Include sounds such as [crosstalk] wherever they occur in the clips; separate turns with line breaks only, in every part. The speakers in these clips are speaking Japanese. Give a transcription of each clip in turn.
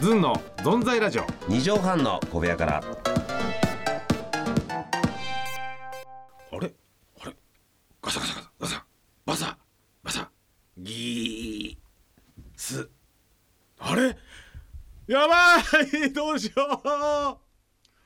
ずんのぞんざいラジオ
二畳半の小部屋から
あれあれガサガサガサバサバサギースあれやばい [laughs] どうしよう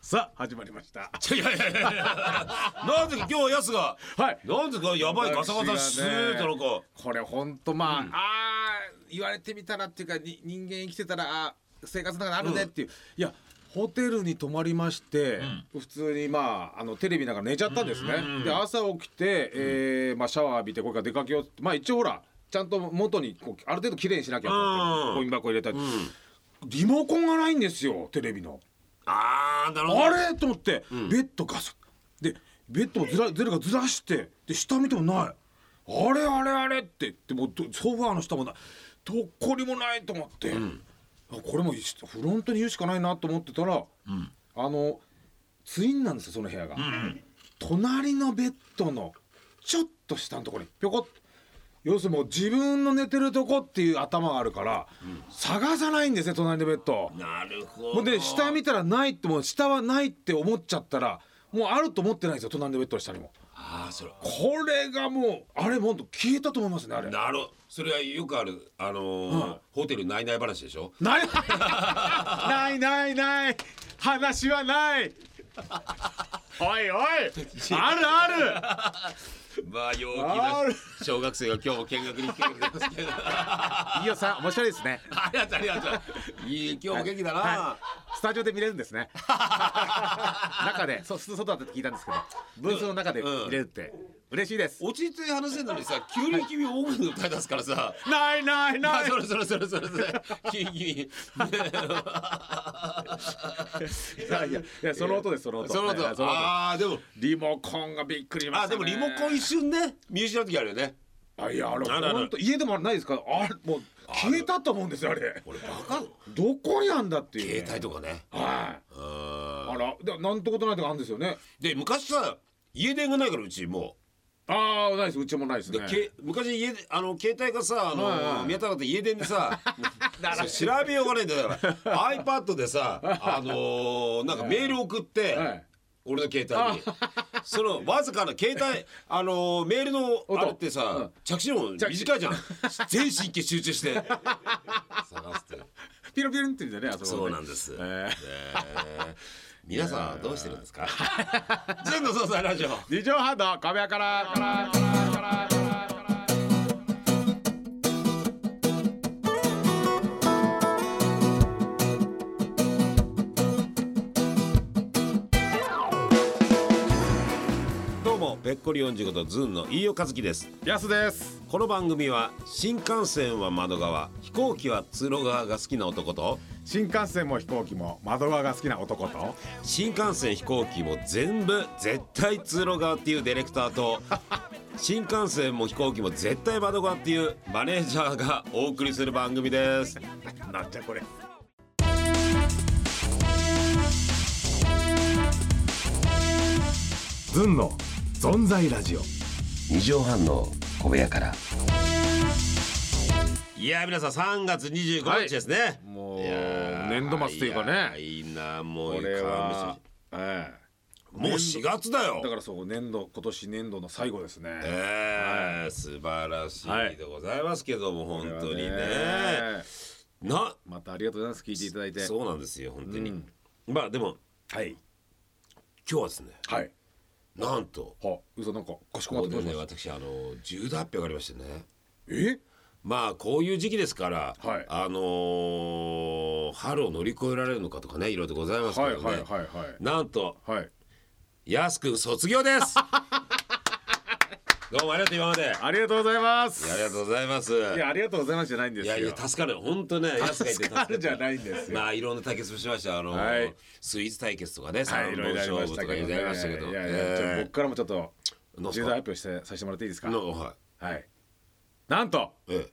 さあ始まりました
いやいやいやいやなんで今日やすが
はい
なんでかやばいガサガサスーッとなんか
これほんとまあ、あー言われてみたらっていうかに人間生きてたらあー生活の中であるねっていう、いやホテルに泊まりまして、普通にまああのテレビなんか寝ちゃったんですね、で朝起きて、えーまあ、シャワー浴びてこれから出かけようってまあ一応ほらちゃんと元にこうある程度きれいにしなきゃと思っ
う
てゴ
ん
ミ箱入れたり、リモコンがないんですよテレビの。
あーなるほど
あれと思って、ベッドガスでベッドをずらゼルがずらしてで下見てもないあれあれあれってでもうどソファーの下もないどこにもないと思って、あこれもフロントに言うしかないなと思ってたら、あのツインなんですよその部屋が、隣のベッドのちょっと下のところにぴょこっと要するにもう自分の寝てるとこっていう頭があるから、探さないんですね隣のベッド。
なるほ
ほ
ど
んで下見たらないってもう下はないって思っちゃったらもうあると思ってないんですよ隣のベッドの下にも
あーそれ
これがもうあれもうほんと消えたと思いますねあれ
なるそれはよくあるあのーホテルないない話でしょ
ない
[laughs]
ないないない話はないおいおいあ
まあ陽気
ある
な小学生が今日も見学に来てくれてますけどあ
る飯尾さん面白いですね
りがとうありがとういい今日も元気だな、
スタジオで見れるんです
[laughs]
ね中でそう外だったって聞いたんですけどブースの中で
見れ
るって嬉しいです、
落ち着いて話せるのにさ急に君音楽歌い出すからさ
ないない
あ
ない
それそれそれそれそれ君君
いやいやいやその音ですその音
その
はい
後
はいその音
ああでも
リモコンがびっくりしま
あ
した
で
ね
もリモコン一瞬ね見失う時あるよね
あいやあれ
あらら
本当家でもないですかあれもう消えたと思うんですよあれ
俺バカ
どこにあんだっていうね、
携帯とかね
はいあらでなんてことないとかあるんですよね
で昔さ家電がないからうちも
ああないですうちもないです
うで、
ね
け昔家であの携帯がさあの、
はいはい
宮田方家電でさそう調べようがないんだよだから iPad でさあのーなんかメール送って、
はい
俺の携帯にそのわずかな携帯あのメールの
音
あれって
う
さ
ん
着信音
着
短いじゃん全神経集中して探すって
ピロピロンって言うんだよねあそこ
そうなん
で
です、
え
えー皆さんはどうしてるんです [laughs] か全の総裁ラジオ
ー、二畳半の壁屋から [laughs] からからから
どうもべっこり45とズンの飯尾和樹です
やすです
この番組は新幹線は窓側飛行機は通路側が好きな男と
新幹線も飛行機も窓側が好きな男と
新幹線飛行機も全部絶対通路側っていうディレクタ
[laughs]
ーと新幹線も飛行機も絶対窓側っていうマネージャーがお送りする番組です
なんじゃこれずんの存在ラジオ
二畳半の小部屋から
いやー皆さん3月25日ですね、
もう
いやー
年度末というかね
いやーいいなもう
これは
勘
え
弁してもう4月だよ
えだからそう年度今年年度の最後ですね、
えー素晴らしいでございますけども、本当にねな
またありがとうございます聞いていただいて
そうなんですよ本当に、
うん
まあでも
はい
今日はですね
はい
なんと
は嘘なんかかしこまっ
ここ
てど
で
うしました
ね私あの重大発表がありましてね
え
まあこういう時期ですから、
はい
あのー春を乗り越えられるのかとかねいろいろとございますけ
はい
ど
はい
ね、
はいはい
なんと
はい
やすくん卒
[laughs]
業ですどうもありがとう今までいや
ありがとうございます
ありがとうございます
いやありがとうございますじゃないんで
い
すよ
やいや助かる本当ねやすがいて
助かるじゃ
い
ないんですよ
まあいろんな対決もしましたあの、
はい
スイーツ対決とかね
はい、
三
い
本
ろいろあり
勝
ま
負
し
と
た
か
け
い
ど、
ろ
ね。
いろありましたけど
いやいや、じゃあ
え
僕からもちょっと
なんす
重
か
大発表してさせてもらっていいです
え
か。
のはい
はい。なんと
え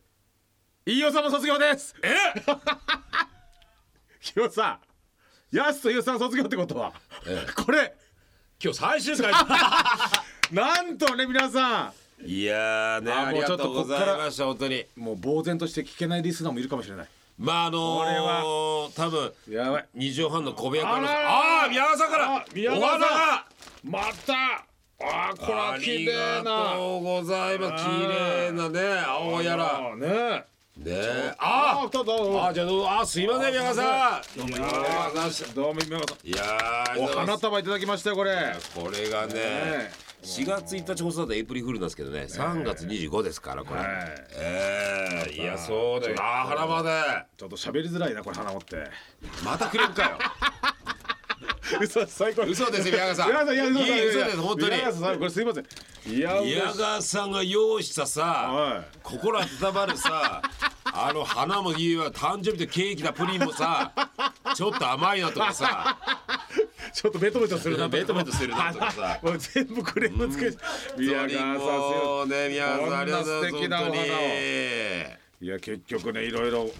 飯尾さんも卒業です。え？飯尾さん、やすと飯尾さん卒業ってことは、
え
これ
今日最終回
なんとね皆さ
[laughs] いやー
[laughs]
ね
あー
ありがとうございました本当に
ん、もう呆然として聞けないリスナーもいるかもしれない。
まああの
これ
ー、多分
やばい
二畳半の小部屋から
あらら
ああー宮川さんから
あ宮川さ
お
ん
花が
またあーこれは綺麗
ありが
な
とうございます綺麗なね青やら
あーね
ねえあ
あただ
ああじゃあどうもあすいません宮川さんどうも
い
宮
や
川さん
ーどうも今川さん
いやー
お花束いただきましたよこれ
これがね
え
4月1日放送だとエイプリルフールなんですけどね3月25ですからこれ
はい
ええいやそうだよああ花まで
ちょっと喋りづらいなこれ花持
[laughs]
って
また
[laughs]
くれるかよ
嘘最高
嘘ですよ宮川さん
いやいやいや
いい嘘です本当
い
に
やいやさこれすいませんいや
宮
嬉しい
川さんが用意したさ
はい
心温まる
[laughs]
さあの花もいいわ誕生日とケーキだプリン
[laughs]
もさちょっと甘いなとかさ
ちょっとベトベトするな
ベトベトするなとかさ
[laughs] もう全部クレームつけて宮川さん
もうね宮川さんありがとうござい
こんな
ます
素
本
敵なお花を
当
いや結局ねいろいろ
に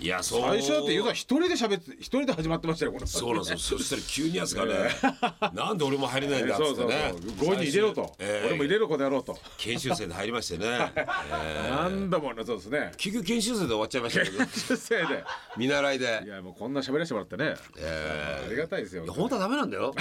いやそう
最初だってゆうさん一人で喋って一人で始まってましたよこの
そうなんですよそしたら急にや
[laughs]
つがねなんで俺も入れないんだっ
そ
つ
うそ
って
う
ね
そう5に入れろと、
ええ
俺も入れろこの野郎と、
研修生で入りましてねええ
なんだもんねそうですね [laughs]
結局研修生で終わっちゃいましたけど
出生で
見習い
い
で
やもうこんな喋らせてもらってね、
ええ
ありがたいですよ
いや本当はダメなんだよ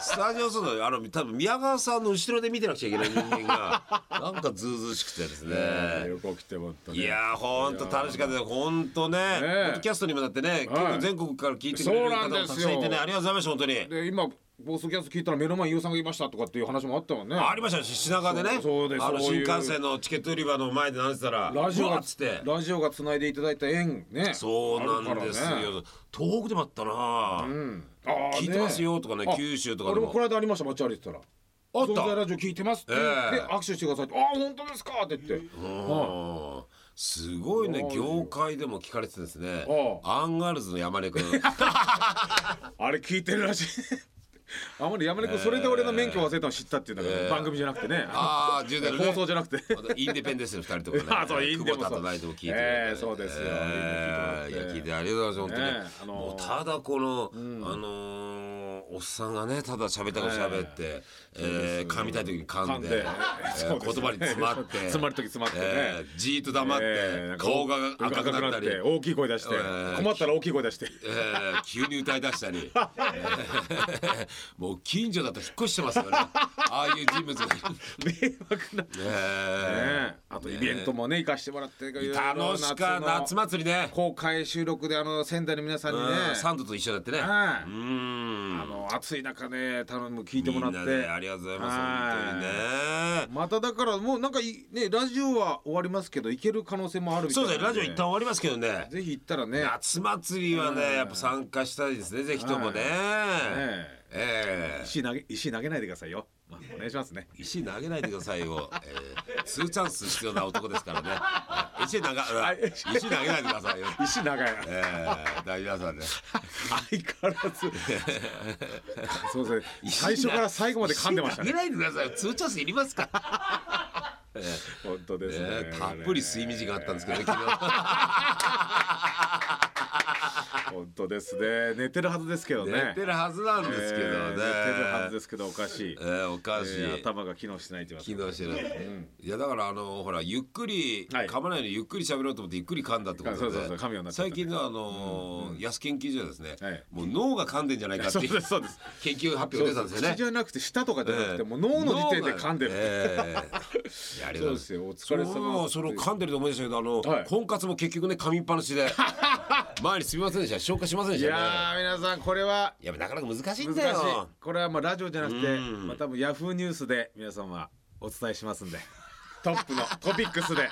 スタジオそうだよあの多分宮川さんの後ろで見てなくちゃいけない人間がなんかずうずうしくてですね
よく来てもらったね
いやーほんと楽しかったよほんとねポ
え
ッドキャストにもだってね結構全国から聞いてくれる方もたくさんいてねありがとうございました本当に
で今ボスキャス聞いたら目の前にゆうさんがいましたとかっていう話もあったもんね
ありましたよ品川でね
そうそうです
あの
そう
新
いう
幹線のチケット売り場の前で並んでたら
ラジオ
うわ
が
っつって
ラジオがつないでいただいた縁ね
そうなんです
あるからね
よ東北でもあったな
うんあー
聞いてますよとかね
あ
九州とかで
俺
も
もこの間ありました街歩いてたら
あっ
存在
た
ラジオ聞いてますって言って、
ええ
握手してくださいってああ本当ですかって言って、はい
あーすごいね
あー
業界でも聞かれてたんですね
あ
アンガールズの
[laughs]
山根君
あれ聞いてるらしい [laughs] あまり山根君それで俺の免許忘れたの知ったっていうのが、
えー
番組じゃなくてね
ああ10代のね
放送じゃなくて
あとインディペンデンスの二人とかね
あ [laughs] そうインディもそう
久保田とナイトも聞いてる
ええそうですよ
ええいや聞いてありがとうございます本当に、
ねえあのー
もうただこの、あのーおっさんがねただ喋ったこと喋って、ええ噛みたい時に噛ん
噛
で
んで
ええ
そうですね
言葉に詰まって
[laughs] 詰まる時詰まってね
ええじーっと黙って、
えー
顔が赤くなったり、え
大きい声出して、
ー
困ったら大きい声出して [laughs]
え急に歌い出したり、え [laughs] えもう近所だと引っ越してますよねああいう人物がいる、
迷惑な、ね
ええ
え、あとイベントもね行かしてもらって
楽しかった夏
ま
祭りね
公開収録であの仙台の皆さんにね、
うんサンドと一緒だってねう
はい
ん
あの暑い中ね頼む聞いて
み
もらっ
ん
て
なでありがとうございます
はい
本当にね
まただからもうなんかいねラジオは終わりますけど行ける可能性もあるみた
そ
いうなん
ですねラジオ一旦終わりますけどね
ぜひ行ったらね
夏祭りはねやっぱ参加したいですねぜひともね
え
ええ
石投げ石投げないでくださいよ、まあ、お願いします
[laughs]
ね
石投げないでくださ
[laughs]
いよ、えー、ツーチャンス必要な男ですからねえー石投げ石投げないでくださいよ
石長いな
えー、大丈夫だね
相変わらず [laughs] そうですね最初から最後まで噛んでましたね
石投げないでくださいよツーチャンスいりますか
本当ですね、
えーたっぷり睡眠時間あったんですけどね昨日
本当ですね寝てるはずですけどね
寝てるはずなんですけど
え
ね。
ー寝てるはずですけどおかしい、
えーおかしい。
えー頭が機能しないって言います
機能してる、いやだからあのほらゆっくり、
はい
噛まないようにゆっくり喋ろうと思ってゆっくり噛んだってことで
そうそうそう噛むようになっちゃった
最近のあのー安研究所はですね、
はい
もう脳が噛んでんじゃないかって
そう
いう
ですそうです
研究発
そう
表出たんですよね
口じゃなくて舌とかじゃなくて、
えー
もう脳の時点で噛んでる、
脳がえーいやありがとうございます
そうですよお疲れ様
そうその噛んでると思いましたけどあの、
はい
婚活も結局ね噛みっぱなしで
[laughs]
前にすみませんでした消化しませんで
い
したね
やー皆さんこれは
やっぱなかなか難しい
難し
んだ
い
よ
これはまあラジオじゃなくて、
うん
まあ、多分ヤフーニュースで皆様お伝えしますんでトップのトピックス
[laughs]
で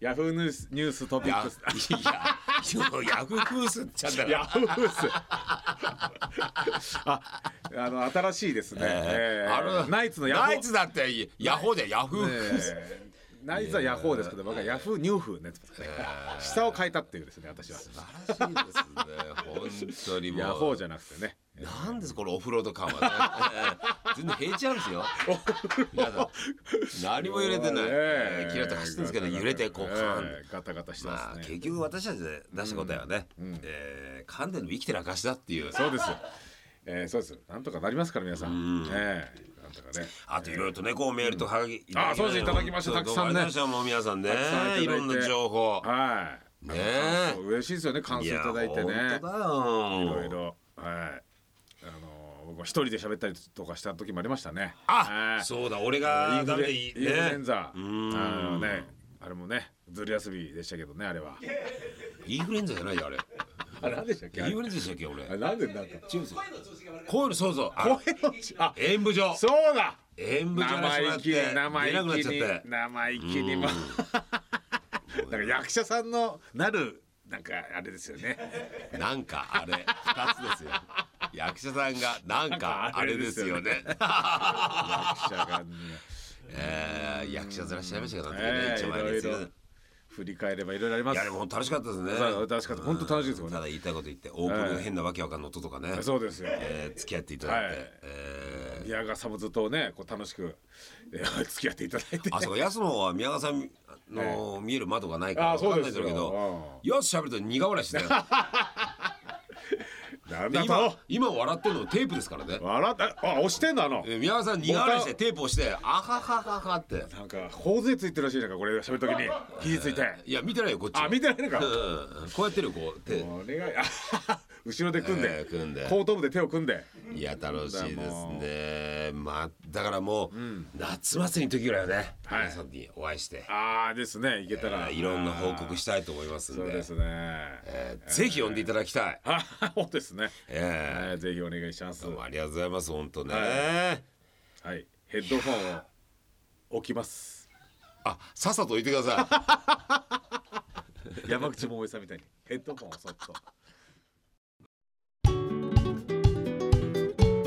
ヤフーニュースニュースト
い
ピッ
や
クス、
いや、ヤフーフースっちゃうんだ
ヤ
よ。
フーニュースああの新しいですね、えーナイツのヤフー
ナイツだって、ヤホーでヤフーフース。
えーナイツはヤホーですけど、僕はヤフーニューフーね、下を変えたっていうですね、私は。
素晴らしいですね。本当にもう。
ヤホーじゃなくてね。
なんですこのオフロード感はね。えー全然平地なんで
[laughs]
すよ。やだ何も揺れてない。えーキラッと走ってるんですけど、揺れてこう、カーンって
えーガタガタして
ま
ま
あ
す
結
ね。
局私たちで出した答えはね、えー噛んでるの生きてる証だっていう。
そうです。えーそうです。なんとかなりますから、皆さん。えーなんとかね。
あといろいろとね、こうメールとハガキ。
あそうですいただきました
本当
たくさんね
どうもありがとうございましたもう皆さんね
たくさんいただいて
いろんな情報。
はい。
ねえ
そうウェ嬉しいですよね感想いただいてね
や本
い
当だ
ろ
よ
いろはいあの僕は一人で喋ったりとかした時もありましたねは
あ
い
そうだ俺が
イン
ダ
フ
メ
ル
で
イ
い
ン
い
フルエン
ね
ザあ
うん
のねあれもねずる休みでしたけどねあれは
インフルエンザじゃないよあれ
あ何でしたっけ
インフルエンザでしたっけ俺
なんでなんだ
こういうのそうそうあ
声の [laughs] あ
演舞場
そうだ
演舞場の人
生
だっ
意気に
て
生
出なくなっ
意気
ち
に
ゃって
生意気にも [laughs] なんか役者さんのなるなんかあれですよね
なんかあれ二
[laughs]
つですよ役者さんがなんかあれですよね
役者がね、
えー役者ずらしちゃいましたけどね
え
一
ー
応
い
前に
ろいろ振り返ればいろいろありま
い
す
やでも本当楽しかったですね
そう楽しかった本当楽しいですよね
ただ言いたいこと言ってオープニングの変なわけわかんない音とかね、
そうですよ
えー付き合っていただいて、
はい
え
宮川さんもずっとねこう楽しく、えー付き合っていただいて
ーあそうかやすのは宮川さんの見える窓がないか
あ
らわか
そ
ん
う
な
で
い
す
だ
よ
ろうけどよし喋ると苦
[laughs]
笑いしてたよ
なん
で
だ
今
と
今笑ってるのテープですからね
笑ったあ押してんのあの
えー宮川さん苦笑いしてテープ押してあははははって
なんか頬杖ついてるらしいなんかこれ喋るときに肘ついて
いや見てないよこっちは
あ見てないのか
うんこうやってるよこう手
お願いあ後ろで組ん
え
で
ー組んで
後頭部で手を組んで
いや楽しいですねまあだからもう、夏祭りの時ぐらいはね、
はい
皆さんにお会いして
ああですねいけたら、
いろんな報告したいと思いますんで
そうですね、
えーぜひ呼んでいただきたい、
あーそうですね、
え
はいぜひお願いします
ーどうもありがとうございます本当ね、
はいヘッドフォンを置きます
あさっさと言ってくださ
山口百恵さんみたいにヘッドフォンをそっと
[laughs]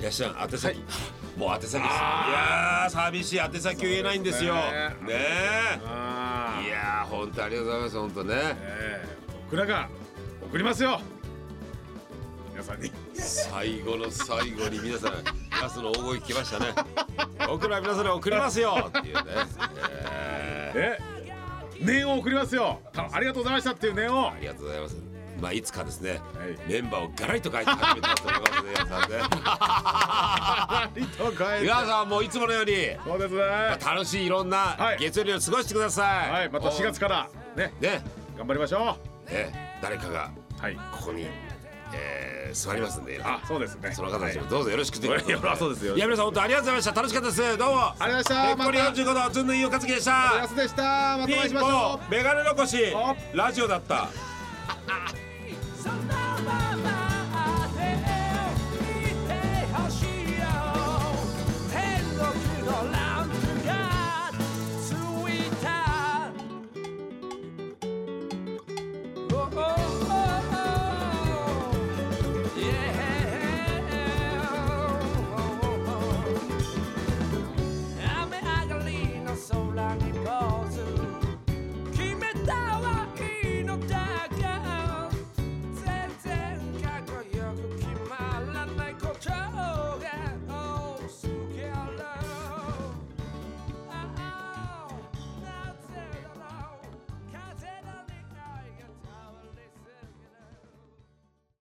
いやっしゃん宛先、もう宛先ですいやー寂しい宛先を言えないんですよね
そうですねあ
え
ー
いやー本当ありがとうございます本当ね
えー、僕らが送りますよ皆さんに
最後の最後に皆さんガスの大声聞き
[laughs]
ましたね僕らは皆さんに送りますよっていうね、
え
え
念を送りますよたありがとうございましたっていう念を
ーありがとうございますまあいつかですね、
い
メンバーをガラリと変えて始めたいと思いますね皆さんね
ありとうござい
皆
ま
さんもういつものように
すそうですね
楽しいいろんな
はい
月曜日を過ごしてください
はいまた4月からね
ね
頑張りましょ
ね誰かが
うはい
ここに、えー座りますんで
あそうですね
その方たち
はい
もどうぞよろしくと [laughs] いうこと
[laughs] いやそうですよ
いや皆さん本当ありがとうございました楽しかったですどうも
ありがとうございました
ペッコリ45度ずんの飯尾和樹でした
おやすでしたまたお会いしましょう
ピンポンメガネ残し
お
ラジオだった